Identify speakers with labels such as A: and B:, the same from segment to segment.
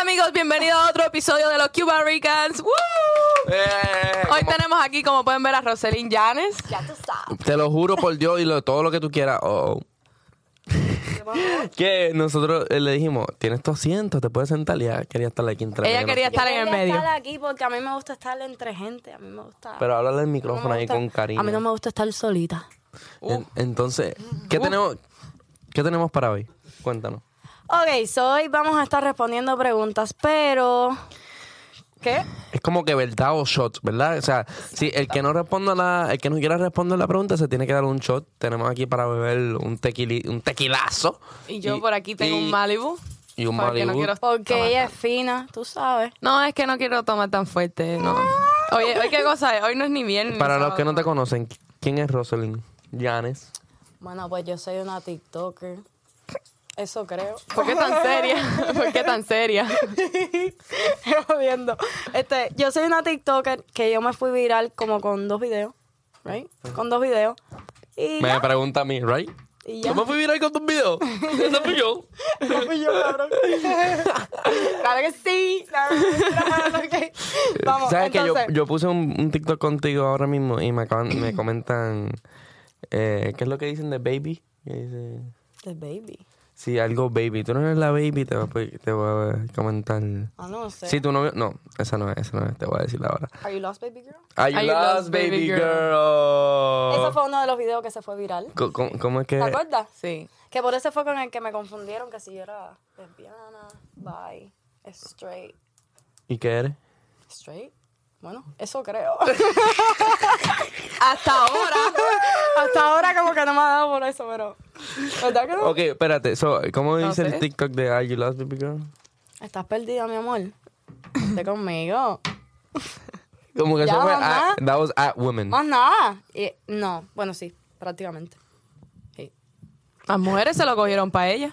A: amigos, bienvenidos a otro episodio de los Cuba Ricans. ¡Woo!
B: Eh,
A: Hoy
B: como-
A: tenemos aquí, como pueden ver, a Roselyn Llanes.
C: Ya tú sabes.
B: Te lo juro por Dios y lo- todo lo que tú quieras. oh, oh. que nosotros eh, le dijimos, tienes tu asiento, te puedes sentar. Y ella quería estar aquí entre
A: Ella
B: menos.
A: quería estar en el
C: Quería
A: medio.
C: estar aquí porque a mí me gusta estar entre gente. A mí me gusta.
B: Pero háblale al
C: a mí no me
B: micrófono ahí
C: gusta-
B: con cariño.
C: A mí no me gusta estar solita.
B: En- Entonces, ¿qué tenemos qué tenemos para hoy? Cuéntanos.
C: Ok, so hoy vamos a estar respondiendo preguntas, pero. ¿Qué?
B: Es como que verdad o shot, ¿verdad? O sea, si el que no responda la, el que no quiera responder la pregunta se tiene que dar un shot. Tenemos aquí para beber un tequili, un tequilazo.
A: Y yo por aquí tengo
B: y-
A: un Malibu.
B: y un
A: porque no
B: Malibu.
A: quiero-
C: Porque ella es fina, tú sabes.
A: No, es que no quiero tomar tan fuerte, no. Oye, ¿hoy qué cosa es? Hoy no es ni bien.
C: Mm,
B: Para los que no te conocen, ¿quién es Rosalind? Yanes.
C: Bueno, pues yo soy una TikToker. Eso creo.
A: ¿Por qué tan seria? ¿Por qué tan seria?
C: Jodiendo. Este, yo soy una TikToker que yo me fui viral como con dos videos. ¿Right? Con dos videos. Y
B: Me
C: ya,
B: pregunta a mí, ¿right?
C: y ya.
B: ¿Cómo fui viral con tus videos? No fui yo.
C: No fui yo, cabrón. claro que sí. Claro, que sí. Vamos,
B: ¿Sabes que yo,
C: entonces.
B: yo puse un, un TikTok contigo ahora mismo y me, acaban- me comentan eh, qué es lo que dicen de baby? Que dice,
C: The baby.
B: si algo baby, tú no eres la baby, te voy a, te voy a comentar.
C: Ah, no sé.
B: Si tu novio, no, esa no es, esa no es, te voy a decir ahora.
C: Are you lost, baby girl?
B: Are
A: you lost, baby girl?
B: Oh.
C: Ese fue uno de los videos que se fue viral.
B: Co- co- ¿Cómo, es que?
C: ¿Te acuerdas?
A: Sí.
C: Que por ese fue con el que me confundieron que si yo era lesbiana, bi, straight.
B: ¿Y qué eres?
C: ¿Straight? Bueno, eso creo.
A: Hasta ahora.
C: Hasta ahora como que no me ha dado por eso, pero... ¿Verdad que no?
B: Ok, espérate, so, ¿cómo dice
A: sé.
B: el TikTok de Are you lost, baby girl?
C: Estás perdida, mi amor. Esté conmigo.
B: Como que
C: Ya,
B: eso fue
C: mamá.
B: at- that was at
A: Mm.
B: women.
C: Más nada. Y- Ah, no, bueno, sí, prácticamente. Sí.
A: Las mujeres se lo cogieron para ella.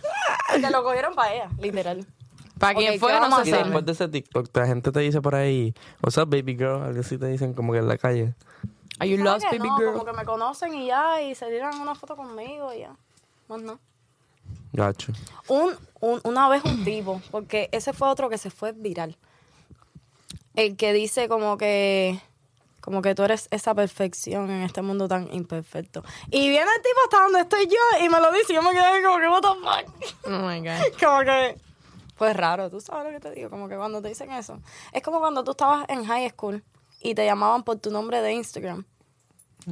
C: Te lo cogieron para ella, literal.
A: Para
C: Ok,
A: quien
C: ¿qué
A: fue,
C: vamos
A: no
C: a
B: Y
A: se
C: hacer?
A: sabe.
B: después de ese TikTok, la gente te dice por ahí, what's up, baby girl, algo así te dicen como que en la calle.
A: Are you
C: ¿Sabes
A: lost,
C: qué?
A: baby
C: No,
A: girl?
C: Como que me conocen y ya, y se tiran una foto conmigo y ya. Más nada.
B: Gacho.
C: Un, un- una vez un tipo, porque ese fue otro que se fue viral. El que dice como que como que tú eres esa perfección en este mundo tan imperfecto. Y viene el tipo hasta donde estoy yo y me lo dice y yo me quedé como que what the fuck.
A: Oh my God.
C: como que pues raro, tú sabes lo que te digo, como que cuando te dicen eso, es como cuando tú estabas en high school y te llamaban por tu nombre de Instagram.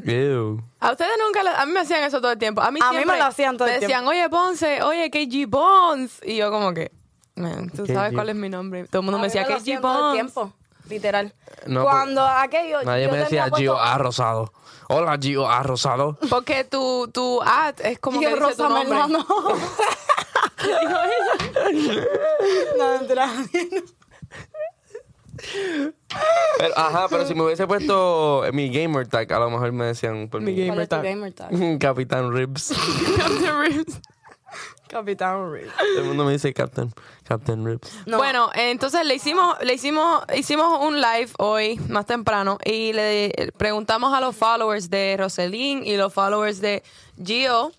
B: Ew.
A: A ustedes nunca, le- a mí me hacían eso todo el tiempo. A mí,
C: A mí me
A: siempre
C: lo hacían todo el
A: me decían, oye Ponce, oye KG Bones. Y yo como que, man, tú
B: KG.
A: sabes cuál es mi nombre. Todo el mundo
C: A
A: me
C: mí
A: decía
C: me lo
A: KG
C: hacían todo el
A: Bones.
C: tiempo, literal.
B: No,
C: cuando aquello
B: Nadie
C: yo
B: me
C: tenía
B: decía
C: puesto-
B: Gio A. Rosado. Hola, Gio A. Rosado.
A: Porque tu, tu ad es como
C: Yo,
A: que dice
C: Rosa
A: tu nombre.
C: Melano. no, mentira.
B: Pero, ajá, pero si me hubiese puesto mi gamer tag, a lo mejor me decían por
A: Mi
B: mí.
C: ¿Cuál es tu
A: Gamertag.
C: gamer tag?
B: Capitán Ribs.
C: Capitán Reed.
B: Todo el mundo me dice Captain, Captain Ribs.
C: No.
A: Bueno, eh, entonces le hicimos, le hicimos, hicimos un live hoy más temprano y le preguntamos a los followers de Roselín y los followers de Gio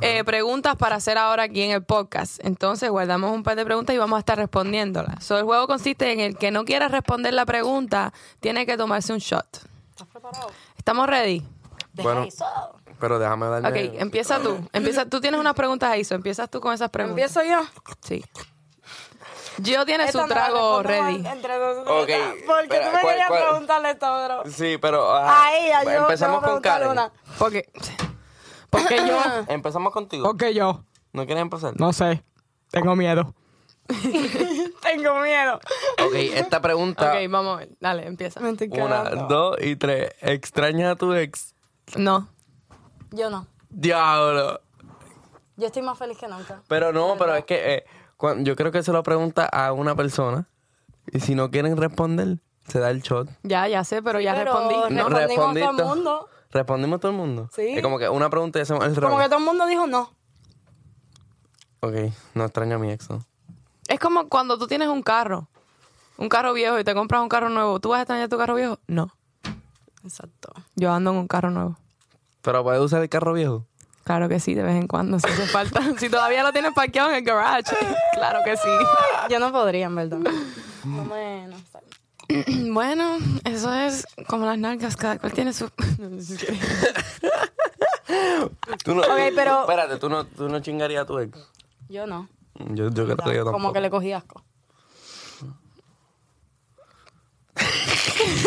A: eh, preguntas para hacer ahora aquí en el podcast. Entonces guardamos un par de preguntas y vamos a estar respondiéndolas. So, el juego consiste en el que no quiera responder la pregunta tiene que tomarse un shot.
C: ¿Estás preparado?
A: ¿Estamos ready?
C: Deja
B: Bueno.
C: eso.
B: Pero déjame darle.
A: Ok, empieza tú. Empieza, tú tienes unas preguntas ahí, so empiezas tú con esas preguntas.
C: Empiezo yo.
A: Sí. Gio tiene
C: Esta
A: su
C: no la
A: trago
C: respondo
A: ready.
C: más Entre nosotros.
B: Ok,
C: Porque
B: espera,
C: tú me
B: ¿cuál-
C: querías
B: cuál?
C: preguntarle esto, bro.
B: Sí, pero. ajá.
C: A ella, yo
B: Empezamos
C: te voy a
B: con
C: preguntar
B: Karen.
C: una.
A: Porque, porque yo.
B: Empezamos contigo.
D: Porque yo,
B: ¿No quieres empezar?
D: no sé, tengo miedo.
C: Tengo miedo.
B: Ok, esta pregunta.
A: Ok, vamos a ver. Dale, empieza.
C: Me estoy
B: Una,
C: cagando.
B: dos y tres. ¿Extrañas a tu ex?
A: No.
C: Yo no.
B: Diablo.
C: Yo estoy más feliz que nunca.
B: Pero no, pero es que eh, cuan- yo creo que se lo pregunta a una persona y si no quieren responder, se da el shot.
A: Ya, ya sé, pero ya
C: Pero
A: respondí. No.
C: respondimos
B: respondiste.
C: todo el mundo.
B: Respondimos todo el mundo.
C: Sí.
B: Es como que una pregunta y hacemos el
C: Como que
B: round.
C: todo el mundo dijo no.
B: Ok, no extraño a mi ex. ¿no?
A: Es como cuando tú tienes un carro. Un carro viejo y te compras un carro nuevo. ¿Tú vas a extrañar tu carro viejo? No.
C: Exacto.
A: Yo ando en un carro nuevo.
B: Pero puedes usar el carro viejo.
A: Claro que sí, de vez en cuando, si hace falta. si todavía lo tienes parqueado en el garage, claro que sí.
C: Yo no podría, en verdad.
B: Mm.
C: No me... no sé.
A: bueno, eso es como las nalgas, cada cual tiene su...
B: Tú no,
C: Ok, pero-
B: Espérate, tú no, tú no chingarías a tu ex.
C: Yo no.
B: Yo, yo creo que yo tampoco.
C: Como que le cogí asco.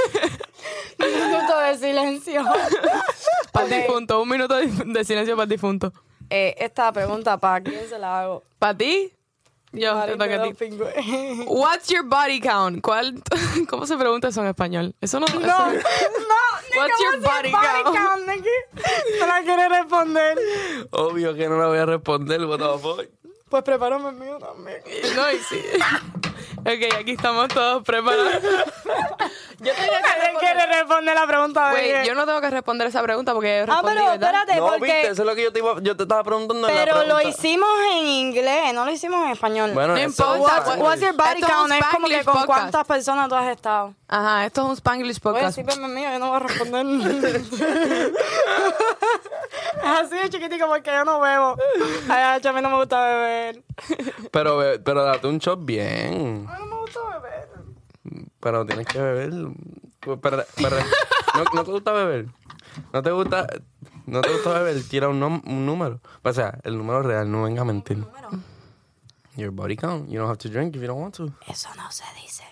C: Un minuto de silencio.
A: Para
C: Ok.
A: el difunto, un minuto de- de silencio para el difunto.
C: Eh, esta pregunta, ¿para quién se la hago?
A: ¿Para ti? Yo,
C: Vale,
A: Ah, te toca a
C: me da
A: ti.
C: un pingüe.
A: What's your body count? ¿Cuál, ¿Cómo se pregunta eso en español? Eso no. eso-
C: No, no, nigga,
A: What's your body count?
C: nigga? No la quiere responder.
B: Obvio que no la voy a responder, what the fuck.
C: Pues prepárame el mío también.
A: No, y sí. Ok, aquí estamos todos preparados. Yo tenía que
C: Nadie
A: responder.
C: quiere responder la pregunta de
A: Wait,
C: ella.
A: yo no tengo que responder esa pregunta porque
C: Ah,
A: respondí,
C: pero
A: ¿verdad?
C: espérate,
B: No, viste,
C: porque...
B: eso es lo que yo te, iba- yo te estaba preguntando en la
C: Pero lo
B: pregunta.
C: hicimos en inglés, no lo hicimos en español.
B: Bueno,
A: No
B: eso-
A: importa,
C: What's, what's your body
A: Esto es un
C: count? Es como que
A: Spanglish
C: con
A: podcast.
C: cuántas personas tú has estado.
A: Ajá, esto es un Spanglish
C: Oye,
A: podcast.
C: sí, pero mío, yo no voy a responder. Es Así de chiquitico porque yo no bebo. Ay, a mí no me gusta beber.
B: Pero, be- pero date un shot bien.
C: No me gusta beber.
B: Pero tienes que beber. Pero- pero- pero- no, no te gusta beber. No te gusta. No te gusta beber. Tira un, nom- un número. O sea, el número real, no venga a mentir. Your body count. You don't have to drink if you don't want to.
C: Eso no se dice.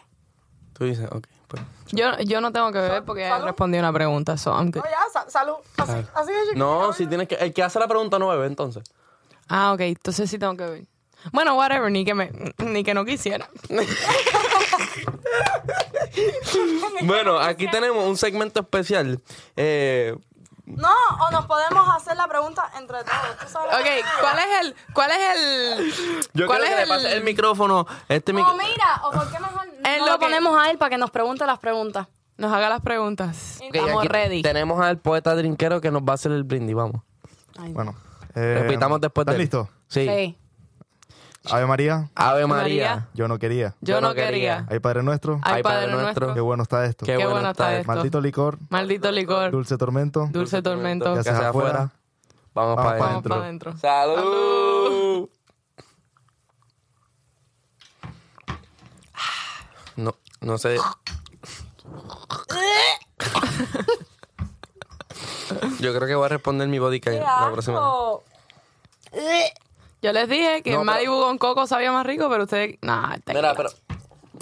B: Tú dices, ok, pues.
A: Yo, yo no tengo que beber porque respondí una pregunta, so I'm good.
C: Oye, sa- salud. Así, así de chiquitico.
B: No, si tienes que. El que hace la pregunta no bebe, entonces.
A: Ah, ok, entonces sí tengo que beber. Bueno, whatever, ni que, me, ni que no quisiera.
B: Bueno, aquí tenemos un segmento especial. Eh,
C: No, o nos podemos hacer la pregunta entre todos. ¿Tú sabes?
A: Ok, ¿cuál es el. ¿Cuál es el.
B: yo
A: ¿Cuál
B: creo que
A: es
B: le pase el micrófono. Este mic-
C: O mira, o por qué mejor
A: Es
C: no
A: lo
C: lo
A: que-
C: ponemos a él para que nos pregunte las preguntas.
A: Nos haga las preguntas.
B: Ok,
A: Estamos
B: aquí
A: ready.
B: Tenemos al poeta drinquero que nos va a hacer el brindis, vamos.
E: Bueno. eh,
B: Repitamos después de
E: ¿Estás
B: él.
E: listo?
B: Sí.
C: Sí.
E: Ave María,
B: Ave
A: María.
B: María.
E: yo no quería.
A: Yo, no quería.
E: Ay, Padre nuestro,
A: Ay, Padre nuestro.
E: qué bueno está esto.
A: Qué bueno está esto.
E: Maldito licor,
A: Maldito licor, dulce,
E: dulce tormento,
A: tormento.
E: que
B: que
E: haces
B: haces
E: afuera.
B: afuera. Vamos,
E: Vamos
B: para
E: pa'
A: Vamos
B: adentro.
A: para adentro.
B: ¡Salud! Ah. No, no sé. Yo creo que voy a responder mi body count la próxima.
C: asco. Eh,
A: Yo les dije que el
B: No, pero-
A: Malibu con coco sabía más rico, pero ustedes. Nah, este el tequila.
B: Mira, pero.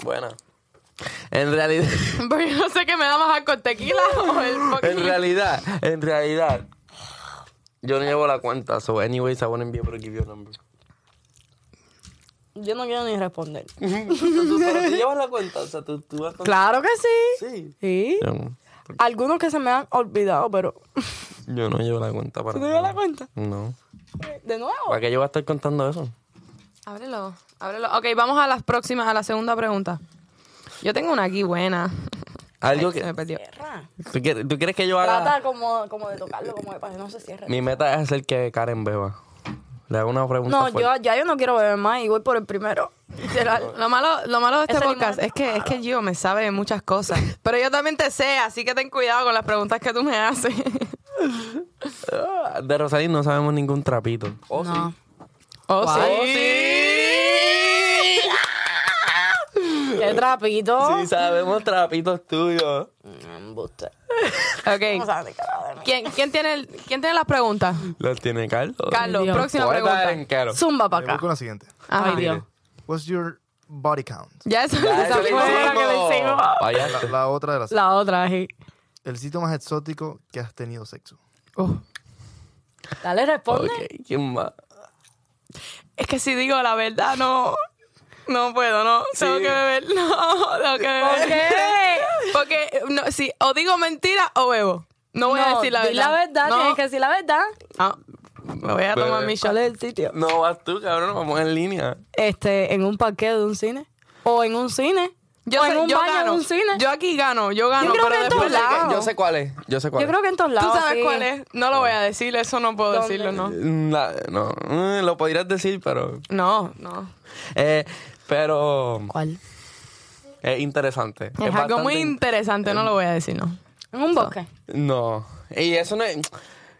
B: Buena. En realidad.
A: Pero yo no sé qué me da más asco, el tequila o el
B: En
A: fucking-
B: realidad, en realidad. Yo no llevo la cuenta, so anyways, I wouldn't be able to give you a number.
C: Yo no quiero ni responder.
B: Pero tú llevas la cuenta, o sea, tú, tú vas con...
C: Claro que sí.
B: Sí.
C: Sí.
B: Yo no,
C: Algunos que se me han olvidado, pero.
B: yo no llevo la cuenta para
C: ¿Tú te das
B: nada.
C: la cuenta?
B: No.
C: De nuevo.
B: ¿Para qué yo voy a estar contando eso?
A: Ábrelo, ábrelo. Ok, vamos a las próximas, a la segunda pregunta. Yo tengo una aquí buena.
B: Algo
A: Se me
B: que...
A: perdió.
C: Cierra.
B: ¿Tú quieres, tú quieres que yo haga...?
C: Trata como, como de tocarlo, como de para que no se cierre.
B: Mi meta es hacer que Karen beba. Le hago una pregunta
C: No,
B: fuerte.
C: yo, ya yo no quiero beber más y voy por el primero.
A: Literal. Ah, Lo malo, lo malo de este
C: Ese
A: podcast
C: limón
A: es que, es que yo me sabe de muchas cosas. Pero yo también te sé, así que ten cuidado con las preguntas que tú me haces.
B: Ah, De Rosalín no sabemos ningún trapito. Oh,
C: no.
A: Oh,
B: sí.
C: ¡Qué trapito!
B: Sí, sabemos trapitos tuyos.
C: Embuste. No
A: Ok.
C: sabes de qué lado de mí.
A: ¿Quién, quién tiene, el- ¿Quién tiene las preguntas?
B: Los tiene Carlos. Pues,
A: Carlos,
C: Dios.
A: próxima
B: Poeta
A: pregunta.
B: drinquero.
C: Zumba
E: Me
C: para
E: voy
C: acá.
E: con la siguiente.
A: Ajá.
C: Ay, Dios.
E: What's your body count?
A: Ya eso
B: Ya,
A: esa
B: eso
A: fue la que le
B: hicimos. Ah,
A: hicimos.
E: La,
B: Fallaste.
E: la otra de las...
A: La otra, sí.
E: El sitio más exótico que has tenido sexo.
A: Oh.
C: Dale, responde.
B: Ok, ¿quién más?
A: Es que si digo la verdad, no. No puedo, no. Tengo que beber. No, tengo que beber.
C: ¿Por
A: Porque
C: qué?
A: no, si o digo mentira o bebo. No voy a decir la
C: di
A: verdad.
C: la verdad,
A: No.
C: tienes que decir la verdad.
A: Ah, me voy a tomar
B: Bebé.
A: mi shot.
C: ¿Cuál es el sitio?
B: No vas tú, cabrón, vamos en línea.
C: Este, en un parqueo de un cine. O en un cine.
A: Yo,
C: o
A: sé-
C: en un
A: yo
C: baño
A: gano.
C: de un cine.
A: Yo aquí gano, yo gano.
C: Yo creo
A: pero
C: que en
A: después
C: todos
A: de que-
C: lados.
B: Yo sé cuál es, yo sé cuál
C: Yo creo que en todos
A: ¿Tú
C: lados.
A: sabes
C: sí.
A: cuál es? No lo voy a decir, eso no puedo
C: ¿Dónde?
A: decirlo, no.
B: Mm, La- no, eh, lo podrías decir, pero...
A: No, no.
B: Eh, pero
C: ¿Cuál?
B: es interesante.
A: Es, algo
B: bastante
A: muy
B: in-
A: interesante, no lo voy a decir, no.
C: En un bosque.
B: No, y eso no es...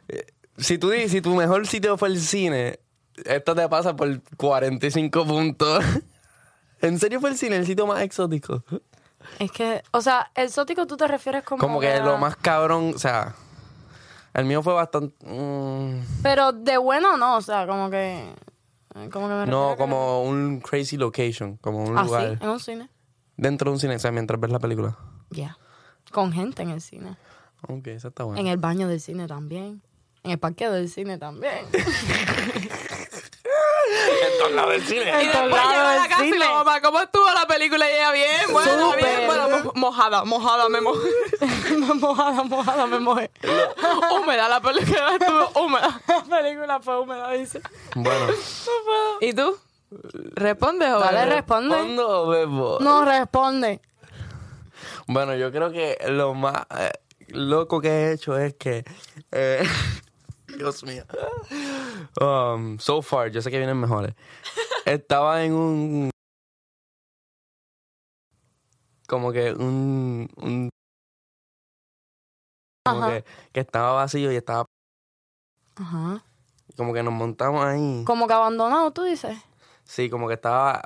B: eh, si, tú, di- si tu mejor sitio fue el cine, esto te pasa por 45 puntos. ¿En serio fue el cine el sitio más exótico?
C: Es que, o sea, exótico tú te refieres como.
B: Como que
C: a-
B: lo más cabrón, o sea, el mío fue bastante... mm,
C: Pero de bueno no, o sea, como que. Como que me refiero
B: no,
C: a que-
B: como un crazy location, como un
C: Ah, sí,
B: lugar
C: en un cine.
B: dentro de un cine, o sea, mientras ves la película.
C: Ya. Con gente en el cine.
B: Aunque esa está buena.
C: En el baño del cine también. En el parqueo del cine también.
A: Y después
C: lado
A: llega a la
C: del
A: casa y
C: cine.
A: la mamá, ¿cómo estuvo la película? Y ella, bien, bueno,
C: Súper.
A: bien, bueno, mo- mojada, mojada, me mojé.
C: mojada, mojada, me mojé.
A: húmeda, la película estuvo húmeda.
C: La película fue húmeda, dice.
B: Bueno,
A: ¿Y tú? ¿Respondes o
C: Dale,
A: algo?
C: responde.
B: ¿cuándo bebo?
C: No responde.
B: Bueno, yo creo que lo más eh, loco que he hecho es que. eh, Dios mío. Um, so far, yo sé que vienen mejores. Estaba en un. Como que un. un como
C: Ajá.
B: que, que estaba vacío y estaba.
C: Ajá.
B: Como que nos montamos ahí.
C: Como que abandonado, tú dices.
B: Sí, como que estaba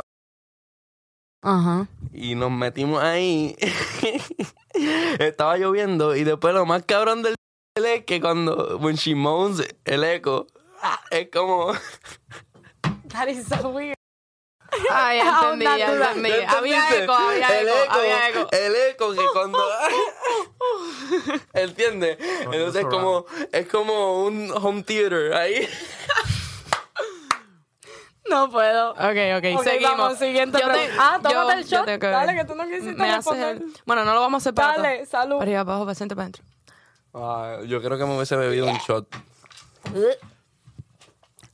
C: Ajá.
B: Y nos metimos ahí. Estaba lloviendo y después lo más cabrón del es que cuando when she moans el eco ah, es como
C: That is so weird.
A: Ay, ya entendí, ya entendí.
B: ¿Entendiste?
A: Había eco, había
B: el
A: eco, había eco. Oh,
B: el eco que cuando ¿entiendes? Entonces es como es como un home theater ahí
C: No puedo.
A: Ok, ok,
C: Ok,
A: seguimos.
C: vamos, siguiente
A: Yo te-
C: pregunta. Ah,
A: yo-
C: tómate el
A: yo
C: shot.
A: tengo
C: Dale, que tú no quisiste
A: Me haces el-
C: responder.
A: Bueno, no lo vamos a hacer para
C: Dale,
A: atrás.
C: salud.
A: Para arriba, abajo, para centro, para adentro.
B: Ah, yo creo que me hubiese bebido un shot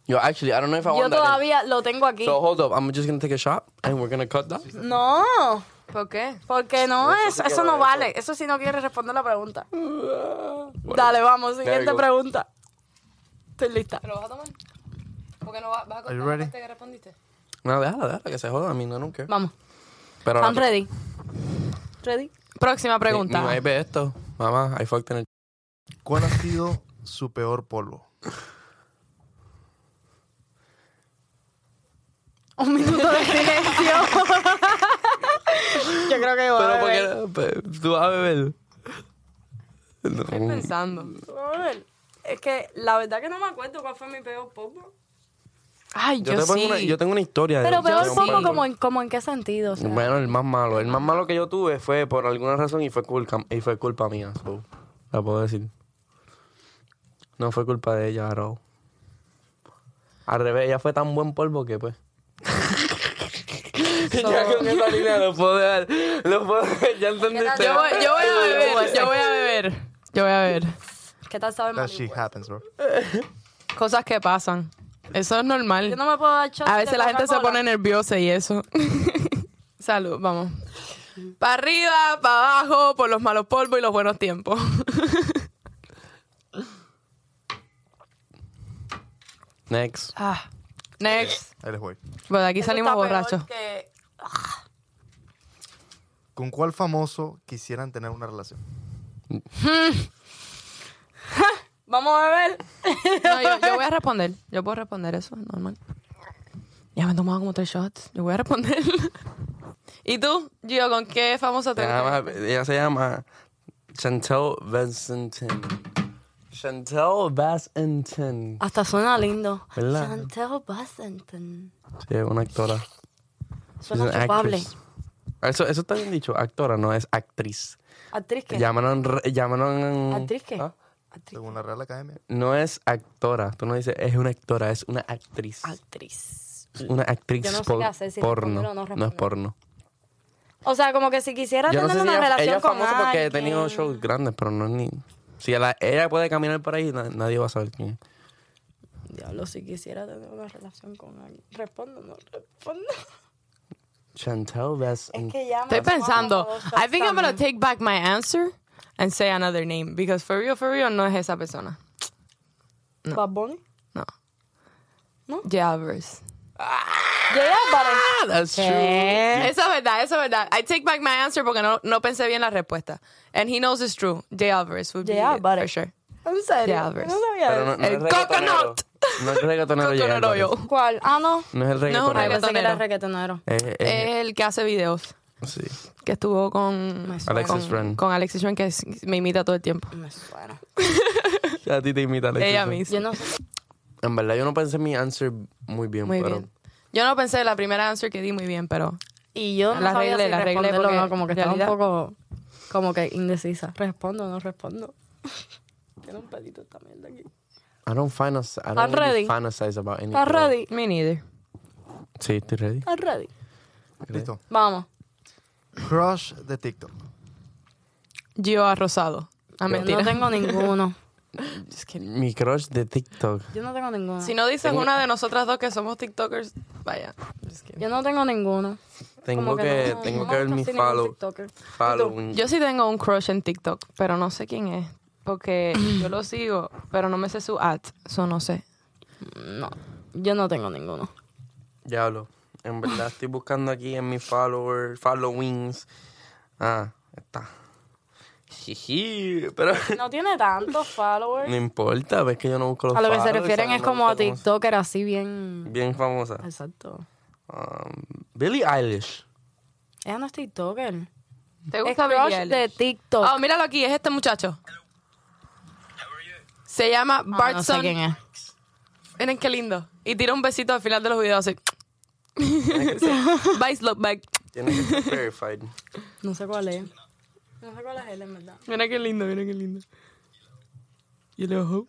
B: yo actually I don't know if I
C: Yo
B: want that in.
C: todavía lo tengo aquí.
B: so hold up I'm just gonna take a shot and we're gonna cut that
C: No,
A: ¿Por qué?
C: porque no es, eso no vale. Eso sí no quiere responder la pregunta. Dale, vamos,
B: There
C: siguiente
B: you go.
C: pregunta. Estoy lista.
A: ¿Te lo vas a tomar? Porque no vas, vas a
E: Are you ready?
A: que respondiste.
B: No, déjala, déjala, que se joda. A mí no, nunca.
C: Vamos.
B: Pero
C: I'm
B: la-
C: ready. Ready?
A: Próxima
B: mi-
A: pregunta.
B: Mi, wife Eh, ve esto. Mamá, I fucked in el...
E: ¿Cuál ha sido su peor polvo?
C: Un minuto de silencio. Yo creo que voy a
B: Pero pues,
C: beber.
B: porque pues, tú vas a beber.
A: Estoy pensando.
C: Joder, Es que la verdad que no me acuerdo cuál fue mi peor poco.
A: Ay,
B: Yo,
A: yo,
B: te pongo
A: sí.
B: una, yo tengo una historia. de-
C: Pero
B: de
C: peor
B: un
C: poco
B: polvo.
C: como en, como en qué sentido. O sea.
B: Bueno, el más malo. El más malo que yo tuve fue por alguna razón y fue culpa, y fue culpa mía. so, la puedo decir. No fue culpa de ella, Aro. Al revés, ella fue tan buen polvo que pues. ya con esa línea lo puedo dejar. Lo puedo dejar. Ya entendiste.
A: Yo voy, yo voy a beber, yo voy a beber. Yo voy a beber.
C: ¿Qué tal sabes,
E: That
C: Mari?
E: shit happens, bro.
A: Cosas que pasan. Eso es
C: Yo
A: normal.
C: no me puedo dar chance
A: A veces
C: de
A: la gente se
C: Coca-Cola.
A: pone nerviosa y eso. Salud, vamos. Para arriba, para abajo, por los malos polvos y los buenos tiempos.
B: Next.
A: Ah, Next.
E: Ahí les voy.
A: Bueno, de aquí
C: Eso
A: salimos
C: está peor
A: borrachos.
C: que-
E: ¿Con cuál famoso quisieran tener una relación?
C: Vamos a beber.
A: No, yo, yo voy a responder. Yo puedo responder eso, normal. Ya me he tomado como tres shots. Yo voy a responder. ¿Y tú, Gio, con qué famoso
B: Se
A: te
B: llama- ella se llama Chantel Vincenten. Chantel Bassenten.
C: Hasta suena lindo.
B: ¿Verdad?
C: Chantel Bassington.
B: Sí, es una actora. She's
C: Suena
B: an
C: chupable.
B: actress. Eso, eso está bien dicho, actora, no es actriz.
C: ¿Actriz qué?
B: Llamaron, re- llamaron.
C: ¿Actriz qué?
B: ¿Ah?
C: Actriz.
E: Según la Real Academia.
B: No es actora, tú no dices es una actora, es una actriz.
C: Actriz.
B: Una actriz
C: Yo no sé
B: por-
C: qué hacer, si
B: porno.
C: responder o no
B: no es
C: responder.
B: porno.
C: O sea, como que si quisiera
B: Yo no
C: tener
B: sé si
C: una
B: ella,
C: relación
B: ella es
C: con
B: famosa porque ha
C: alguien.
B: tenido shows grandes, pero no es ni. Si la- ella puede caminar por ahí, na- nadie va a saber quién es.
C: Diablo, si quisiera tener una relación con alguien. Respondo, no respondo.
B: Chantel Bess.
C: Es que ya me
A: Estoy
C: tomaron
A: pensando.
C: dos shots
A: I think I'm gonna
C: también.
A: take back my answer and say another name because for real, for real, no es esa persona.
C: Bad Bunny.
A: No.
C: ¿No?
A: Javers.
C: J.J. Abrams.
B: Ah, that's
A: Eh, Eso es verdad, eso es verdad. I take back my answer porque no, no pensé bien la respuesta. And he knows it's true. J. Alvarez would be
C: J.
A: it, for
C: Alvarez.
A: sure.
C: ¿En serio?
A: Diablos.
C: No sabía
B: Pero no,
C: eso.
B: no
A: El
B: es reggaetonero.
A: coconut.
B: No es reggaetonero. Jay
A: Coconero yo.
B: Álvarez.
C: ¿Cuál? Ah, no.
B: No es el
A: No, Eh,
C: Ay,
B: reggaetonero.
C: pensé que era reggaetonero.
B: Es- es-
A: Es el que hace videos.
B: sí.
A: Que estuvo con,
C: Me suena.
B: Alexis Ren.
A: con Alexis Ren, que es- me imita todo el tiempo.
C: Me suena.
B: A ti te imita Alexis.
A: Ella
B: Ren.
A: misma.
C: Yo no sé.
B: En verdad, yo no pensé mi answer muy bien,
A: Muy
B: pero
A: bien. Yo no pensé la primera answer que di muy bien, pero
C: Y yo no
A: La
C: sabía
A: arreglé,
C: si
A: la arreglé
C: responderlo o
A: porque
C: no, como que estaba
A: realidad-
C: un poco como que indecisa. ¿Respondo o no respondo? Tiene un pelito esta mierda aquí.
B: I don't, fanas- I
C: I'm
B: don't really
C: ready.
B: fantasize about anything.
C: ¿Estás ready?
A: me neither.
B: Sí, estoy ready.
C: ¿Estás ready?
E: Listo.
C: Vamos.
E: Crush de TikTok.
A: Gio a Rosado. A mentira.
C: No tengo ninguno.
A: Just kidding.
B: Mi crush de TikTok.
C: Yo no tengo ninguno.
A: Si no dicen
B: Tengo-
A: una de nosotras dos que somos TikTokers, vaya. Just kidding.
C: Yo no tengo ninguno.
B: Tengo
C: Como
B: que,
C: no-
B: tengo
C: no
B: que ver
C: conozco
B: mi
C: así ningún
B: follow.
C: tiktoker.
B: follow un-
A: Yo sí tengo un crush en TikTok, pero no sé quién es. Porque yo lo sigo, pero no me sé su ad. Eso no sé.
C: No, yo no tengo ninguno.
B: Ya hablo. En verdad estoy buscando aquí en mis followers, followings. Ah, está. Jiji, pero
C: No tiene tantos followers.
B: no importa, ves que yo no busco los
C: A lo que se
B: followers,
C: refieren
B: ¿sabes?
C: es
B: Me
C: como a
B: gusta cómo-
C: TikToker así bien.
B: Bien famosa.
C: Exacto.
B: Um, Billie Eilish.
C: Ella no es TikToker.
A: ¿Te
C: Es
A: gusta Billie
C: crush de
A: Eilish?
C: TikTok.
A: Oh, míralo aquí, es este muchacho. Se llama
C: Ah,
A: Bartson.
C: no sé quién es.
A: Miren qué lindo. Y tira un besito al final de los videos así. Vice Love Back.
B: Tiene que ser verified.
C: No sé cuál es. No sé cuál es él, en verdad.
A: Mira qué lindo, mira qué lindo. Y el ojo.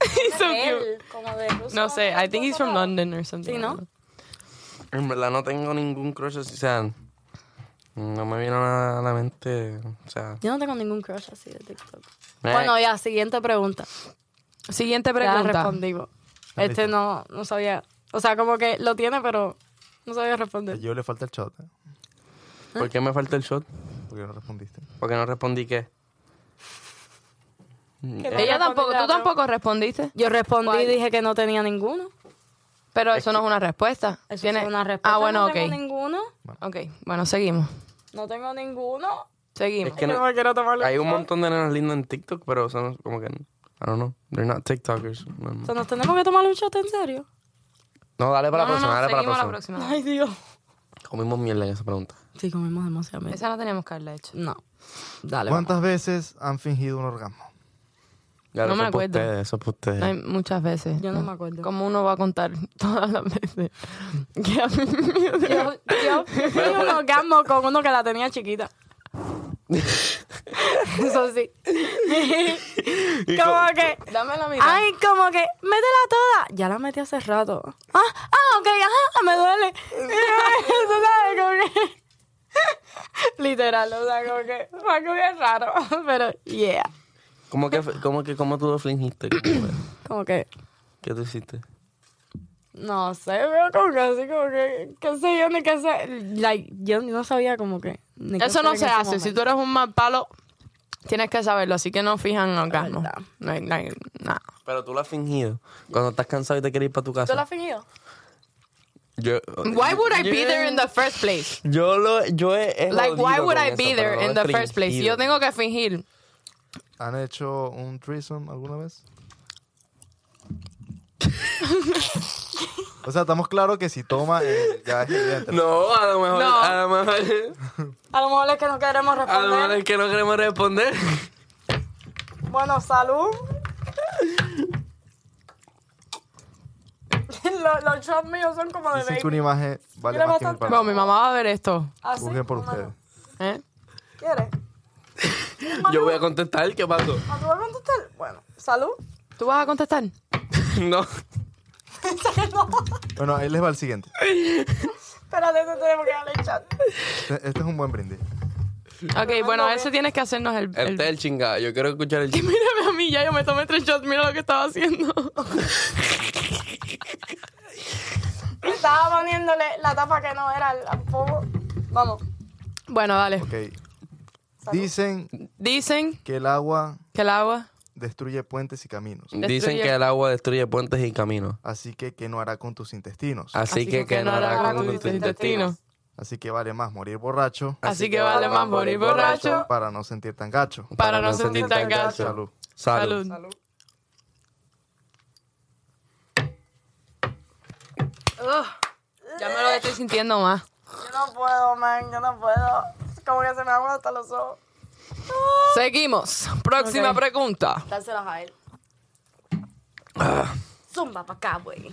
A: so cute.
C: Él, como de ruso.
A: No sé, I think he's from London or something.
C: Sí, ¿no?
B: En verdad no tengo ningún crush así, o sea, no me vino nada a la mente, o sea.
C: Yo no tengo ningún crush así de TikTok.
B: eh,
C: Bueno, ya, siguiente pregunta.
A: Siguiente
C: Ya
A: pregunta.
C: respondimos. Este no, no sabía. O sea, como que lo tiene, pero no sabía
E: A
C: responder.
E: yo le falta el shot, ¿eh?
B: ¿Por qué me falta el shot?
E: Porque no respondiste.
B: Porque no respondí qué. Eh,
A: Ella tampoco, tú tampoco respondiste.
C: Yo respondí
A: ¿Cuál?
C: y dije que no tenía ninguno.
A: Pero eso no es una respuesta.
C: Eso
A: Tiene-
C: fue una respuesta.
A: Ah, bueno,
C: no
A: ok.
C: tengo ninguno.
A: Ok, bueno, seguimos.
C: No tengo ninguno.
A: Seguimos.
B: Es que
C: Yo
B: no-
C: no me quiero tomar
B: hay un montón de nenas lindas en TikTok, pero son como que, I don't know, they're not TikTokers. No,
C: O sea, nos tenemos que tomar un shot en serio.
B: no, dale para la
A: no, no,
B: próxima,
A: no,
B: dale para la
A: seguimos a
B: próxima.
A: la próxima.
C: Ay, Dios.
B: Comimos mierda en esa pregunta.
C: Sí, comimos demasiado. mierda.
A: Esa no teníamos que haberla hecho.
C: No. Dale. vamos.
E: ¿Cuántas veces han fingido un orgasmo?
B: Ya,
A: No
B: eso
A: me
B: es por
A: acuerdo.
B: ustedes, eso es por ustedes.
A: Hay muchas veces.
C: Yo no me acuerdo.
A: ¿Cómo uno va a contar todas las veces? Que a mí-
C: Yo, yo fui un orgasmo con uno que la tenía chiquita. Eso sí. como que.
A: Dame la mitad.
C: Ay, como que, métela toda. Ya la metí hace rato. Ah, ah, ok, ajá, me duele. Tú sabes, como que. Literal, o sea, como que. Fue algo bien raro. Pero, yeah.
B: ¿Cómo que, cómo que, cómo tú lo fingiste? ¿Cómo fue?
C: Como que.
B: ¿Qué tú hiciste?
C: No sé, veo como que así, como que. ¿Qué sé yo ni qué sé? Like, yo no sabía como que. ni qué
A: Eso
C: hacer
A: no
C: en
A: se
C: ese
A: hace. Si
C: momento.
A: tú eres un mal palo, tienes que saberlo. Así que no fijan orgasmo.
C: verdad.
A: No hay, no hay- nada.
B: Pero tú lo has fingido. Cuando estás cansado y te quieres ir para tu casa.
C: ¿Tú la has fingido?
B: Yo,
A: Why would I be there in the first place?
B: Yo lo, yo he, he
A: Like, why
B: jodido
A: would
B: con
A: I
B: eso,
A: be
B: pero
A: there
B: no lo
A: in
B: he
A: the first place? Si
B: fingido.
A: Yo tengo que fingir.
E: ¿Han hecho un threesome alguna vez? o sea, estamos claros que si toma, eh, ya es evidente.
B: No, a lo mejor,
A: No.
B: a lo mejor,
C: A lo mejor es que no queremos
B: a lo mejor
C: responder.
B: es que no queremos responder.
C: Bueno, salud. Los, los shots míos son como de
E: Dicen que una
C: baby.
E: imagen vale
C: Mira
E: más que mil
A: Bueno,
C: bastante.
E: palabras.
A: mi mamá va a ver esto.
C: Así,
E: Juzguen por
C: como
E: ustedes.
C: no.
A: ¿eh?
C: ¿Quieres?
B: Yo voy a contestar, ¿qué pasó?
C: ¿A tu vas a contestar? Bueno, salud.
A: ¿Tú vas a contestar?
B: No,
E: Bueno, ahí les va el siguiente.
C: Espérate, te tenemos que darle el chat.
E: Este, este es un buen brindis.
A: Ok, bueno, ese tienes que hacernos el... el-
B: este es el chingado, yo quiero escuchar el chingado.
A: Mírame a mí, ya yo me tomé tres shots. Mira lo que estaba haciendo.
C: Estaba poniéndole la tapa que no era al al pomo. Vamos.
A: bueno, dale.
E: Ok. Dicen
A: Dicen
E: que el agua
A: que el agua...
E: destruye puentes y caminos.
B: Dicen
A: Destruye-
B: que el agua destruye puentes y caminos.
E: Así que, ¿qué no hará con tus intestinos?
B: Así, que, que no hará con tus intestinos.
E: Así que vale más morir borracho
A: Así que vale más morir borracho
E: para no sentir tan gacho.
A: para no sentir tan gacho.
E: Salud.
B: Salud.
A: Salud. Ya me lo estoy sintiendo más.
C: Yo no puedo, man, yo no puedo. Como que se me aguan hasta los ojos.
A: Seguimos. Próxima
C: Ok.
A: pregunta.
C: Dárselas a él. Zumba pa' acá, güey.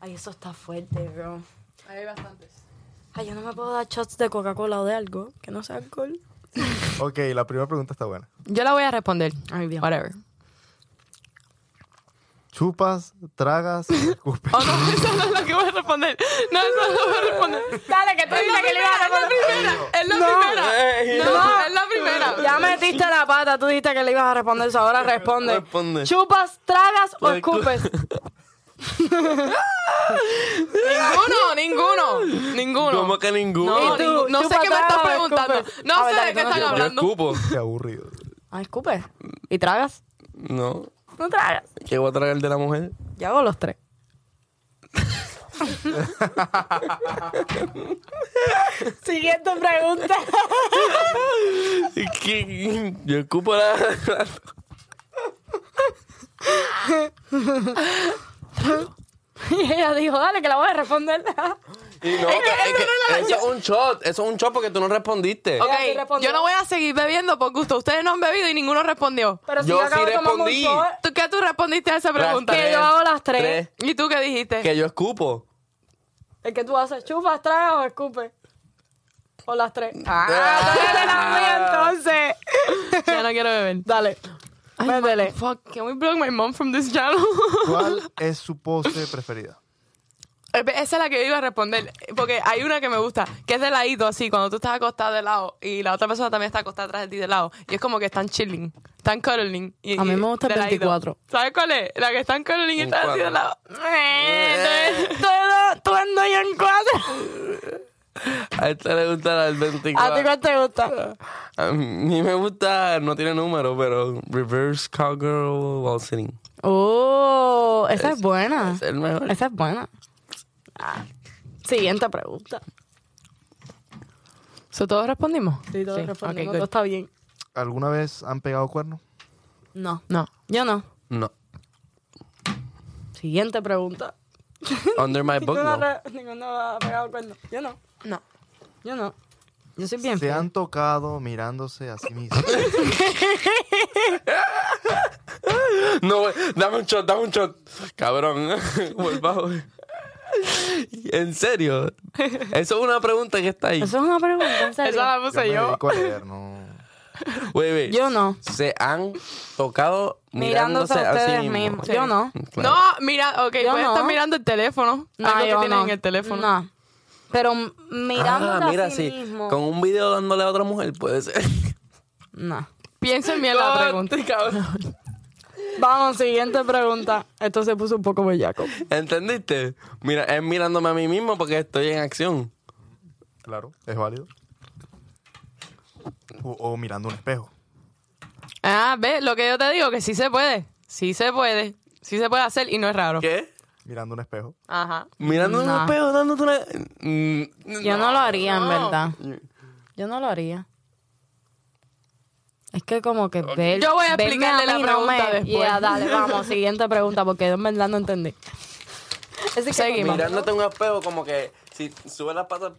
C: Ay, eso está fuerte, bro.
A: Hay bastantes.
C: Ay, yo no me puedo dar shots de Coca-Cola o de algo que no sea alcohol.
E: Ok, la primera pregunta está buena.
A: Yo la voy a responder.
C: Ay, Ah, bien.
A: Whatever.
E: Chupas, tragas, escupes.
A: Oh, no, eso no es lo que voy a responder. No, eso no voy a responder.
C: Dale, que tú
A: Es la
C: dijiste que le ibas a responder.
A: primera, es la primera. No, es la primera.
C: Ya metiste la pata, tú dijiste que le ibas a responder, eso ahora responde.
B: Responde.
C: ¿Chupas, tragas o escupes?
A: Ninguno, ninguno. Ninguno.
B: ¿Cómo que
A: No,
B: ninguno?
C: ¿Y tú?
A: ningú- no sé qué me
C: ¿Chupa
A: estás
C: trago,
A: preguntando.
C: escupe?
A: No
C: A
A: sé
C: ver,
A: de
C: dale,
A: qué
C: que no
A: están
C: sé.
B: Yo
A: hablando.
B: escupo.
E: Qué aburrido.
C: Ah, escupes. ¿Y tragas?
B: No.
C: No tragas.
B: ¿Qué voy a tragar de la mujer?
C: Yo hago los tres. Siguiente pregunta.
B: ¿Qué? Yo escupo la...
C: y ella dijo, dale, que la voy a responder.
B: Y no, es que eso es un shot. Eso es un shot porque tú no respondiste.
A: Ok,
C: Ya sí respondió.
A: yo no voy a seguir bebiendo por gusto. Ustedes no han bebido y ninguno respondió.
C: Pero si
B: Yo
C: yo acabo
B: sí
C: de tomar
B: respondí.
C: mucho. ¿eh?
A: ¿Tú qué tú respondiste a esa pregunta?
C: Que
B: Tres,
C: yo hago las tres.
B: tres.
A: ¿Y tú qué dijiste?
B: Que yo escupo.
C: El que tú haces, chupas, tragas o escupes. O las tres. Ah, dale la mía entonces.
A: Ya no quiero beber.
C: Dale. Métele.
A: Fuck, can we block my mom from this channel?
E: ¿Cuál es su pose preferida?
A: Esa es la que yo iba a responder, porque hay una que me gusta, que es de ladito así, cuando tú estás acostado de lado y la otra persona también está acostada atrás de ti de lado, y es como que están chilling, están cuddling. y-
C: A mí
A: y-
C: me gusta el
A: de ladito.
C: 24.
A: ¿Sabes cuál es? La que están cuddling y están así de
B: cuatro.
A: lado.
C: Tú ando yo en cuatro.
B: A esta le gusta la del
C: ¿A ti
B: 24.
C: cuál te gusta?
B: A mí me gusta, no tiene número, pero Reverse Cowgirl While Sitting.
C: Oh, esa es buena.
B: Es el mejor.
C: Esa es buena. Ah, Siguiente pregunta.
A: ¿So todos respondimos?
C: Sí, todos
A: respondimos,
C: respondimos.
A: todo
C: está bien.
E: ¿Alguna vez han pegado cuerno?
C: No.
A: No.
C: Yo no.
B: No.
C: Siguiente pregunta.
B: Under My Book,
C: Ninguna
B: Pues no.
C: re- ninguna ha pegado el cuerno. Yo no.
A: No.
C: Yo no. Yo soy bien.
E: Se
C: fea.
E: han tocado mirándose a sí mismos.
B: No, güey, dame un shot, dame un shot. Cabrón. Por favor. En serio. Eso es una pregunta que está ahí.
C: Eso es una pregunta, en serio.
A: Esa la puse
E: me
A: yo.
E: dedico a leer, no.
B: Güey, güey.
C: Yo no.
B: Se han tocado
C: Mirándose
B: mirándose,
C: a
B: sí
C: ustedes
B: mismos.
C: mismos. Yo no.
B: Claro. Ah,
A: No, mira, ok,
C: Yo
A: puedes estar
C: no.
A: mirando el teléfono.
C: No,
A: algo que
C: yo
A: tienen
C: no.
A: en el teléfono.
C: No. Pero m- mirándote
B: Ah, mira,
C: a sí,
B: sí.
C: mismo.
B: Con un video dándole a otra mujer, puede ser.
C: No.
A: Piensen bien la pregunta.
B: cabrón.
C: Vamos, siguiente pregunta. Esto se puso un poco bellaco.
B: ¿Entendiste? Mira, es mirándome a mí mismo porque estoy en acción.
E: Claro, es válido. O, o mirando un espejo.
A: Ah, ves, lo que yo te digo, que sí se puede. Sí se puede. Sí se puede hacer y no es raro.
B: ¿Qué?
E: Mirando un espejo.
A: Ajá.
B: Mirándome
C: No.
B: un espejo, dándote una... Mm,
C: Yo no, lo haría, en
A: no.
C: verdad. Yo no lo haría. Es que como que ver,
A: Yo voy a
C: verme
A: explicarle la
C: mí no
A: pregunta después.
C: Yeah, dale, vamos, siguiente pregunta, porque yo en verdad no entendí. Es que
A: Seguimos.
B: Mirándote un espejo como que si sube las patas...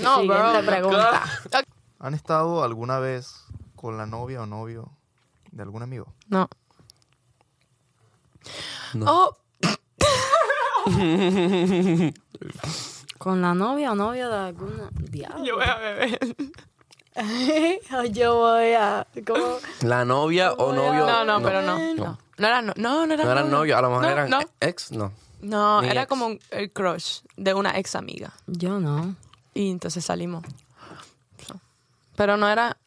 A: No,
C: siguiente
A: bro.
C: pregunta.
E: ¿Han estado alguna vez con la novia o novio de algún amigo?
A: No.
B: No.
A: Oh,
C: ¿Con la novia o novio de alguna diablo?
A: yo voy a beber.
C: Ay, yo voy a... ¿cómo?
B: La novia o novio...
A: No, no, pero no. No, no era no, no, no era
B: No eran novios, a lo mejor
A: no,
B: eran
A: No,
B: ex, no.
A: no
B: Ni
A: era
B: ex.
A: como un- el crush de una ex amiga.
C: Yo no.
A: Y entonces salimos. So, Pero no era.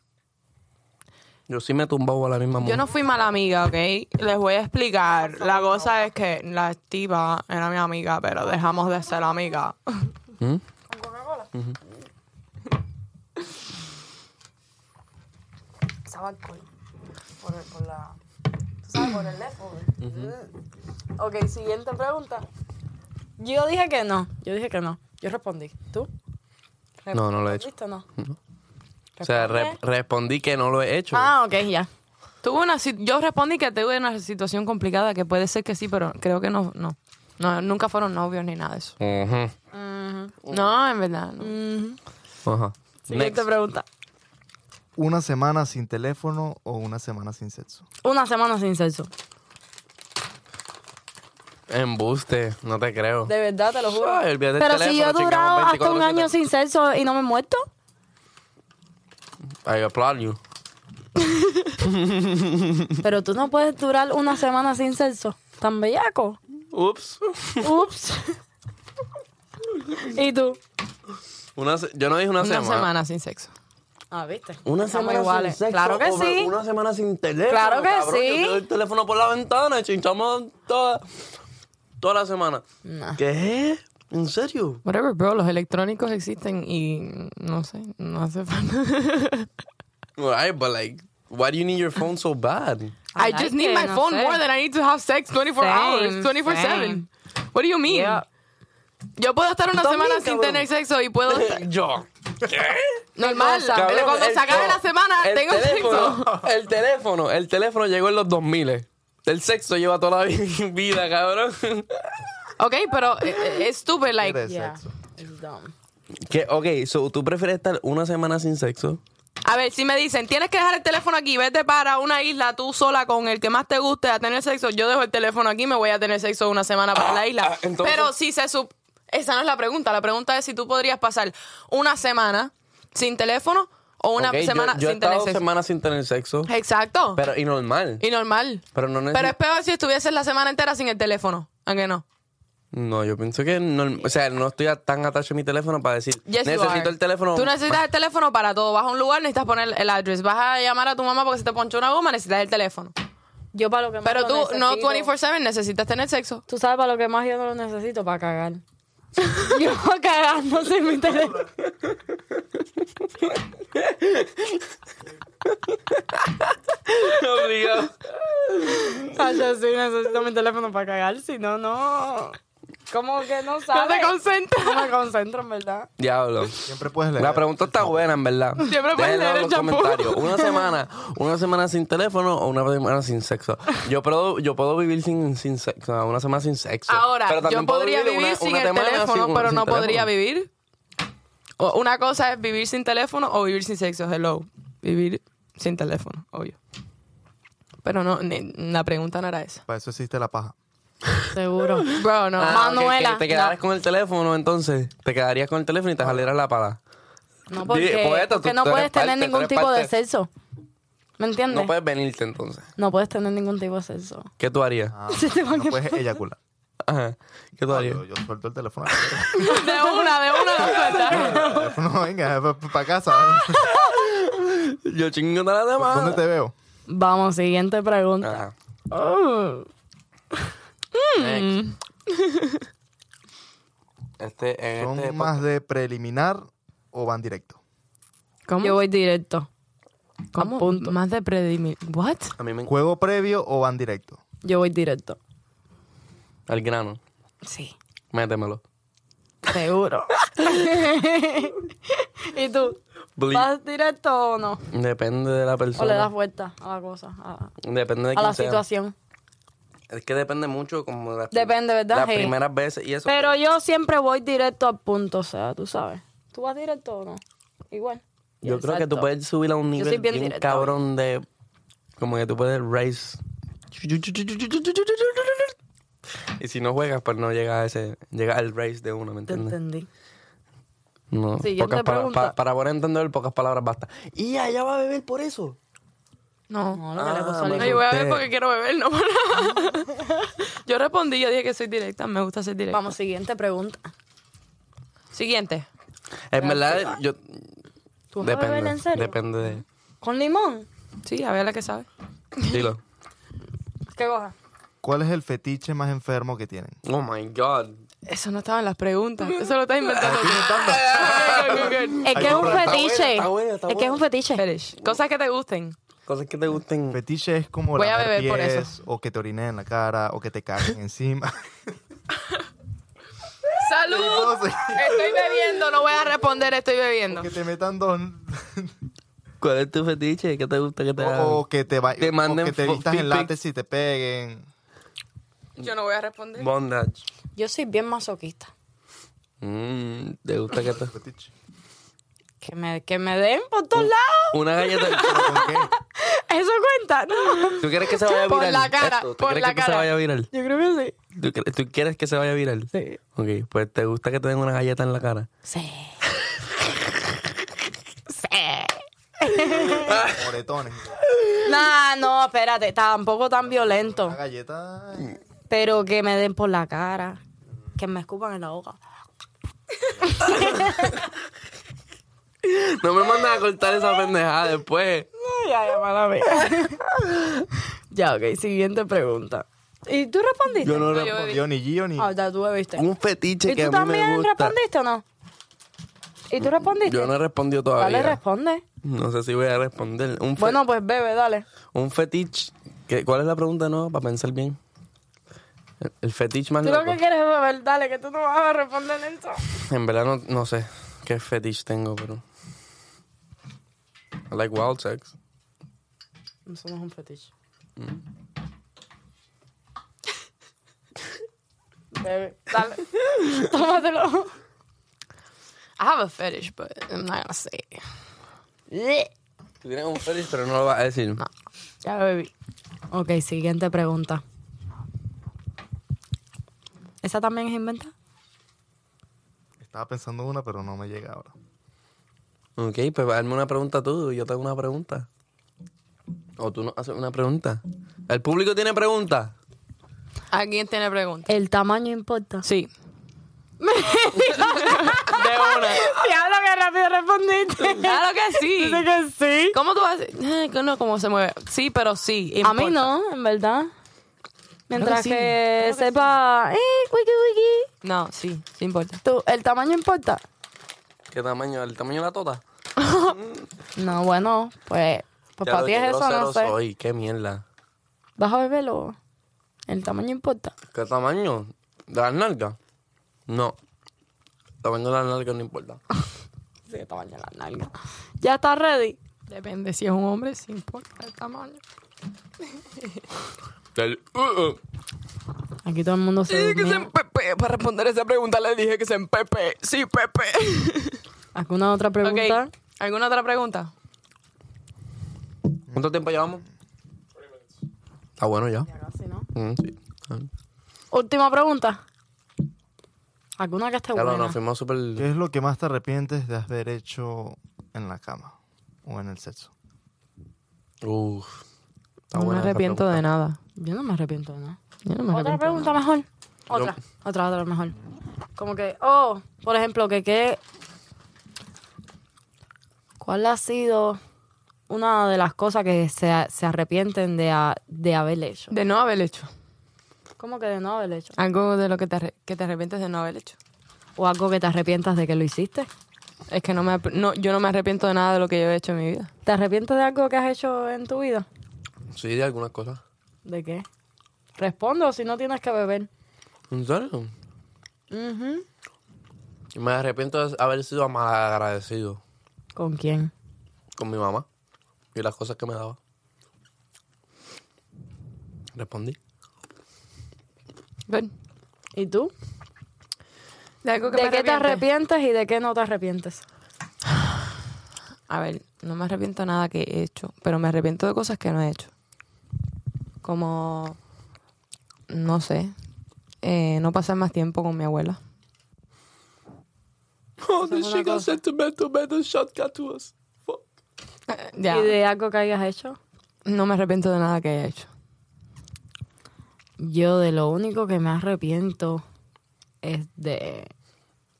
B: Yo sí me tumbaba a la misma mujer.
A: Yo no fui mala amiga, ¿ok? Les voy a explicar. La cosa es que la activa era mi amiga, pero dejamos de ser amiga.
B: ¿Mm?
C: Sabe alcohol. Por, el- por la... Tú sabes, por el lefo. Ok, siguiente pregunta. Yo dije que no. Yo dije que no. Yo respondí. ¿Tú?
B: No, no lo he hecho.
C: ¿Listo no?
B: O sea, re- respondí que no lo he hecho.
C: Ah, ok, ya.
A: Tuve una, si- yo respondí que tuve una situación complicada, que puede ser que sí, pero creo que no, no. No, nunca fueron novios ni nada de eso.
B: Ujú,
A: No, en verdad. no.
B: ajá. Next.
A: Siguiente pregunta.
E: ¿Una semana sin teléfono o una semana sin sexo?
C: Una semana sin sexo.
B: Embuste, no te creo.
C: De verdad, te lo juro.
B: Ay, olvídate del
C: Pero si yo he
B: teléfono,
C: durado
B: chingamos
C: hasta un
B: 24/7.
C: año sin sexo y no me he muerto.
B: I applaud you.
C: Pero tú no puedes durar una semana sin sexo. Tan bellaco.
B: Ups.
C: Ups. ¿Y tú?
B: Una se- yo no dije una,
A: Una
B: semana.
A: semana sin sexo.
C: Ah, viste.
B: Una
C: Estamos
B: semana sin
C: iguales.
B: sexo.
C: Claro que
B: o
C: sí.
B: Una semana sin teléfono.
C: Claro que
B: cabrón.
C: sí.
B: Yo tiro el teléfono por la ventana y chinchamos toda, toda la semana. ¿Qué? ¿En serio?
A: Whatever, bro, los electrónicos existen y no sé, no hace falta.
B: Right, but like, why do you need your phone so bad?
A: I,
C: I
A: just
C: like
A: need
C: it,
A: my
C: no
A: phone
C: sé.
A: more than I need to have sex 24
C: Same,
A: hours, 24 7.
C: same.
A: What do you mean?
C: Yeah.
A: Yo puedo estar una
B: también,
A: semana sin
B: cabrón.
A: tener sexo y puedo
B: Yo. ¿Qué?
A: normal.
C: Cabrón,
A: pero cuando se acabe
B: yo-
A: la semana
B: el
A: tengo
B: teléfono,
A: sexo.
B: El teléfono, el teléfono llegó en los 2000. El sexo lleva toda la vi- vida, cabrón.
A: Ok, pero eh, es stupid like
E: ¿Quieres
C: Yeah.
E: sexo?
C: It's dumb.
B: ¿Qué? Ok, so, ¿tú prefieres estar una semana sin sexo?
A: A ver, si me dicen, tienes que dejar el teléfono aquí, vete para una isla tú sola con el que más te guste a tener sexo, yo dejo el teléfono aquí, me voy a tener sexo una semana para la isla.
B: ah, entonces-
A: Pero si se sup... Esa no es la pregunta, la pregunta es si tú podrías pasar una semana sin teléfono o una
B: Ok, yo-
A: semana
B: yo, he
A: sin tener
B: estado
A: sexo.
B: semanas sin tener sexo.
A: Exacto.
B: Pero, y normal.
A: y normal.
B: Pero no
A: Pero es
B: necesito.
A: peor si estuvieses la semana entera sin el teléfono, aunque no.
B: No, yo pienso que. No, o sea, no estoy tan atachado a mi teléfono para decir.
A: Yes, you
B: necesito
A: are.
B: el teléfono.
A: Tú necesitas el teléfono para todo. Vas a un lugar, necesitas poner el address. Vas a llamar a tu mamá porque se te ponchó una goma, necesitas el teléfono.
C: Yo para lo que más
A: Pero
C: lo
A: tú, no
C: necesito-
A: 24-7, necesitas tener sexo.
C: Tú sabes para lo que más yo no lo necesito, para cagar. yo cagando sin mi teléfono.
B: Obligado.
C: Ay, Ah, yo sí necesito mi teléfono para cagar, si no, no. ¿Cómo que no
A: No te
C: sabes?
A: concentras.
C: No me concentro, en verdad.
B: Diablo.
E: Siempre puedes leer.
B: La pregunta está buena, en verdad.
A: Siempre puedes
B: Déjenlo
A: leer
B: en
A: el
B: los
A: champú.
B: comentarios. Una semana, una semana sin teléfono o una semana sin sexo. Yo puedo, yo puedo vivir sin, sin sexo, una semana sin sexo. Pero
A: Ahora,
B: también
A: yo
B: puedo
A: podría vivir
B: una-
A: sin
B: una
A: el
B: semana
A: teléfono,
B: sin-
A: pero
B: sin
A: no podría
B: teléfono.
A: vivir. O- Una cosa es vivir sin teléfono o vivir sin sexo. Hello. Vivir sin teléfono, obvio. Pero no, ni- la pregunta no era esa.
E: Para eso existe la paja.
C: Seguro.
A: Bro, no.
B: Ah, ok,
C: Manuela,
B: que te quedaras con el teléfono, entonces. Te quedarías con el teléfono
A: Ah.
B: y te jalarías la pala.
C: No, porque,
B: Dile, poeta, pues, tú-
C: porque no
B: tú eres
C: puedes tener
B: parte, tú
C: ningún
B: eres
C: tipo de
B: parte.
C: sexo. ¿Me entiendes?
B: No puedes venirte entonces.
C: No puedes tener ningún tipo de sexo.
B: ¿Qué tú harías?
E: Ah, no puedes eyacular.
B: Ajá. ¿Qué tú
E: No,
B: harías?
E: yo, yo suelto el teléfono.
A: De una, de una la suelta.
E: el teléfono, venga, para casa.
B: Yo chingo de la
E: ¿Dónde
B: demás.
E: te veo?
C: Vamos, siguiente pregunta.
B: Ajá. Ah.
C: Oh.
A: Hmm.
B: Next. Este, en este
E: ¿Son más de preliminar o van directo?
A: ¿Cómo?
C: Yo voy directo. Con
A: ¿Cómo?
C: punto.
A: Más de predimir. ¿What?
B: A mí me
E: ¿Juego previo o van directo?
C: Yo voy directo.
B: Al grano.
C: Sí,
B: Métemelo.
C: seguro. ¿Y tú?
B: Bleep.
C: ¿Vas directo o no?
B: Depende de la
C: ¿O le das
B: persona.
C: vuelta a la cosa? A,
B: Depende de
C: a
B: quién
C: la
B: sea.
C: situación.
B: Es que depende mucho como de las
C: Depende, ¿verdad?
B: Las
C: Sí.
B: primeras veces y eso.
C: Pero yo siempre voy directo al punto, o sea, tú sabes. ¿Tú vas directo o no? Igual.
B: yo creo que tú
C: Exacto.
B: puedes subir a un nivel
C: soy bien
B: bien
C: directa.
B: cabrón de como que tú puedes race. Y si no juegas, pues no llega a ese llega al race de una, ¿me
C: Te
B: entiendes?
C: entendí.
B: No,
C: Siguiente
B: pocas pala-
C: pregunta.
B: pa- para poder entender pocas palabras basta. Y allá va a beber por eso.
A: No.
C: No, lo que le
B: Ah,
C: puso a
B: bueno.
A: No,
C: Lina.
A: yo voy a ver
B: Usted-
A: porque quiero beber, no para- Yo respondí, yo dije que soy directa, me gusta ser directa.
C: Vamos, siguiente pregunta.
A: Siguiente.
B: En verdad, yo
C: ¿Tú vas a beber
B: depende,
C: en serio?
B: depende de
C: ¿Con limón?
A: Sí, a ver la que sabe.
B: Dilo.
C: ¿Qué coja?
E: ¿Cuál es el fetiche más enfermo que tienen?
B: Oh my god.
A: Eso no estaba en las preguntas. Eso lo estás inventando. tú. Ah. Ok, ok, ok.
C: Es que es un
E: pero está
C: fetiche.
B: buena, está buena, está
C: es que es un
B: buena.
C: fetiche.
A: Fetish. Cosas que te gusten.
B: Cosas que te gusten.
E: Fetiche es como
A: Voy a
E: lamer
A: beber por
E: pies,
A: eso.
E: o que te orinen en la cara o que te caguen encima.
A: ¡Salud!
E: Entonces,
A: Estoy bebiendo, no voy a responder, estoy bebiendo.
E: que te metan dos.
B: ¿Cuál es tu fetiche? ¿Qué te gusta que te
A: Oh,
B: hagan?
E: o, o que te, va,
B: Te
E: o
B: manden
E: que te
B: fo-
E: vistas
B: dick
E: en
B: pics.
E: látex y te peguen.
A: Yo no voy a responder.
B: Bondage.
C: Yo soy bien masoquista.
B: Mm, ¿Te gusta que te...?
E: Fetiche.
C: Que me, que me den por todos lados.
B: Una galleta...
E: ¿Con qué?
C: Eso cuenta, ¿no?
B: ¿Tú quieres que se vaya
A: Por
B: viral?
A: la cara,
B: esto? ¿Tú
A: por
B: quieres
A: la
B: que se
A: cara.
B: vaya viral?
C: Yo creo que sí.
B: ¿Tú, cre- tú quieres que se vaya viral?
D: Sí.
B: Ok, pues ¿te gusta que te den una galleta en la cara?
C: Sí. sí.
E: Moretones.
C: Nah, no, espérate, tampoco tan violento.
E: Una galleta.
C: Pero que me den por la cara. Que me escupan en la boca.
B: No me mandas a cortar esa pendejada después.
C: Ya, ya, mala mía. ya, ok, siguiente pregunta. ¿Y tú respondiste?
B: Yo no
A: yo
B: respondo.
A: bebí.
E: Yo ni Gio ni.
C: Ah, ya tú bebiste.
B: Un fetiche
C: ¿Y
B: que a
C: tú
B: mí me
C: también
B: gusta.
C: respondiste o no? ¿Y tú respondiste?
B: Yo no he respondido todavía.
C: Dale, responde.
B: No sé si voy a responder. Un, fe-
C: Bueno, pues bebe, dale.
B: un fetiche. que- ¿Cuál es la pregunta, no? Para pensar bien. El, el fetiche más
C: Tú
B: loco.
C: lo que quieres es beber, dale, que tú no vas a responder eso.
B: En verdad no, no sé qué fetiche tengo, pero... I like wild sex.
C: Eso no es un fetiche.
A: Mm.
C: Bebe, dale. Tómatelo.
A: I have a fetish, but I'm not gonna say it.
B: Tú tienes un fetiche, pero no lo vas a decir.
C: Ya bebí. Ok, siguiente pregunta. ¿Esa también es inventada?
E: Estaba pensando en una, pero no me llega ahora.
B: Ok, pues hazme una pregunta tú y yo te hago una pregunta. O tú no haces una pregunta. ¿El público tiene preguntas?
A: ¿Alguien tiene preguntas?
C: ¿El tamaño importa?
A: Sí.
B: De una.
C: Diablo, que rápido respondiste.
A: Claro que sí.
C: Dice que sí.
A: ¿Cómo tú vas a decir? Ay, que No, cómo se mueve. Sí, pero sí.
C: A mí
A: importa.
C: no, en verdad. Mientras
A: sí.
C: que, sepa, eh, wiki wiki,
A: No, sí, sí importa.
C: tú, ¿el tamaño importa?
B: ¿Qué tamaño? ¿El tamaño de la tota?
C: No, bueno, pues, pues
B: Ya
C: para
B: lo
C: ti
B: que
C: es eso,
B: grosero
C: no sé.
B: soy, qué mierda.
C: ¿Vas a beberlo? ¿El tamaño importa?
B: ¿Qué tamaño? ¿De las nalgas? No. Tamaño de las nalgas no importa.
C: Sí, el tamaño de la nalga. ¿Ya está ready?
A: Depende, si es un hombre, sí importa el tamaño.
B: Del- uh, uh.
C: Aquí todo el mundo se durmió.
A: empepe. Para responder esa pregunta le dije que se empepe. Sí, Pepe.
C: ¿Alguna otra pregunta?
A: Ok. ¿Alguna otra pregunta?
B: ¿Cuánto tiempo llevamos? Está bueno ya.
C: Casi, ¿no?
B: Mm, sí. Ah.
C: Última pregunta. ¿Alguna que esté
B: Ya lo
C: buena?
B: nos fuimos súper...
E: ¿Qué es lo que más te arrepientes de haber hecho en la cama o en el sexo?
B: Uf.
A: no
B: Está
A: me
B: buena esa
A: arrepiento de
B: pregunta.
A: nada.
C: Yo no me arrepiento de nada.
A: Yo no me arrepiento
C: Otra
A: de
C: pregunta mejor. Otra, otra, otra mejor. Como que, oh, por ejemplo, que qué. ¿Cuál ha sido una de las cosas que se, se arrepienten de, ha- de haber hecho?
A: De no haber hecho.
C: ¿Cómo que de no haber hecho?
A: Algo de lo que te, arre- que te arrepientes de no haber hecho.
C: O algo que te arrepientas de que lo hiciste.
A: Es que no me, ap- no, yo no me arrepiento de nada de lo que yo he hecho en mi vida.
C: ¿Te arrepientes de algo que has hecho en tu vida?
B: Sí, de algunas cosas.
C: ¿De qué? Respondo si no tienes que beber.
B: ¿En serio? Me arrepiento de haber sido mal agradecido
C: ¿Con quién?
B: con mi mamá y las cosas que me daba. Respondí.
A: Ven.
C: ¿Y tú?
A: ¿De algo que
C: ¿De
A: me
C: qué te
A: arrepiente?
C: arrepientes y de qué no te arrepientes?
A: A ver, no me arrepiento de nada que he hecho, pero me arrepiento de cosas que no he hecho. Como, no sé, eh, no pasar más tiempo con mi abuela.
B: Oh, this shit got sentimental, man. This shot got to us. Fuck.
A: Eh, ya.
C: ¿Y de algo que hayas hecho?
A: No me arrepiento de nada que haya hecho.
C: Yo de lo único que me arrepiento es de...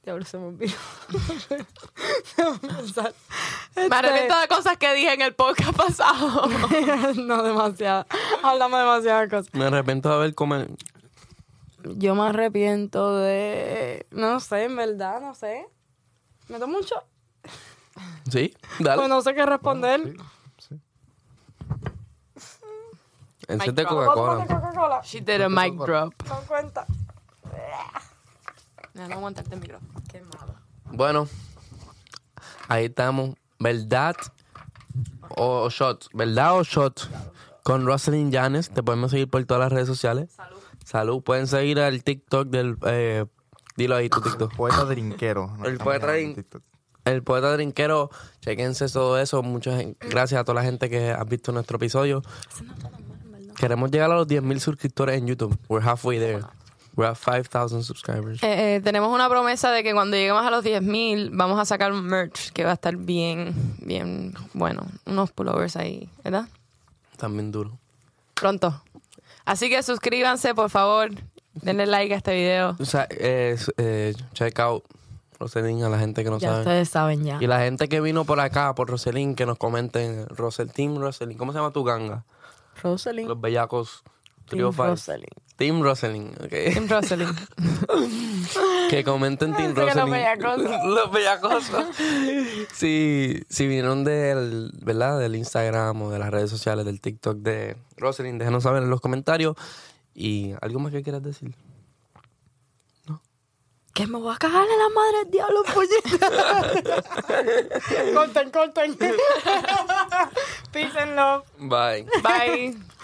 C: Diablo, se me olvidó. Este,
A: Me arrepiento de cosas que dije en el podcast pasado.
C: no, demasiado. Hablamos demasiadas cosas.
B: Me arrepiento de haber comido.
C: Yo me arrepiento de... No sé, en verdad, no sé. Me da mucho...
B: Sí, dale.
C: Pues no sé qué responder.
E: Sí.
B: Enciende Coca-Cola.
C: Coca-Cola,
A: She did a mic drop.
C: no cuenta.
A: No, no aguantarte el micrófono.
C: Qué malo.
B: Bueno, ahí estamos. ¿Verdad o, o shot? ¿Verdad o shot? Con Rosalyn Llanes. Te podemos seguir por todas las redes sociales. Salud. Salud. Pueden seguir al TikTok del... eh, dilo ahí tu TikTok.
E: Poeta drinquero. ¿no?
B: El
E: Estamos
B: poeta
E: grabando en
B: drin-
E: TikTok.
B: El poeta drinquero, chequense todo eso. Muchas gen- gracias a toda la gente que ha visto nuestro episodio. Queremos llegar a los 10.000 suscriptores en YouTube. We're halfway there. We're at 5,000 subscribers.
A: Eh, eh, tenemos una promesa de que cuando lleguemos a los 10.000 vamos a sacar un merch que va a estar bien, bien bueno. Unos pullovers ahí, ¿verdad?
B: También duro.
A: Pronto. Así que suscríbanse, por favor. Denle like a este video.
B: O sea, eh, s- eh, check out Roselín a la gente que no
C: Ya
B: sabe.
C: ustedes saben ya.
B: Y la gente que vino por acá, por Roselín, que nos comenten. Rosel, Team Roselín. ¿Cómo se llama tu ganga?
C: Rosalyn.
B: Los bellacos. Trio
C: Team
B: Five.
C: Rosalyn.
B: Team Roselín, ok.
A: Team Rosalyn.
B: Que comenten Team
C: Pensé que los
B: Roselyn.
C: bellacosos.
B: Los bellacosos. Si, si vinieron del, ¿verdad? Del Instagram o de las redes sociales, del TikTok de Roselyn, déjanos saber en los comentarios. Y algo más que quieras decir.
C: Que me voy a cagar en la madre del diablo, puñeta. corten, corten. Peace and love.
B: Bye.
A: Bye.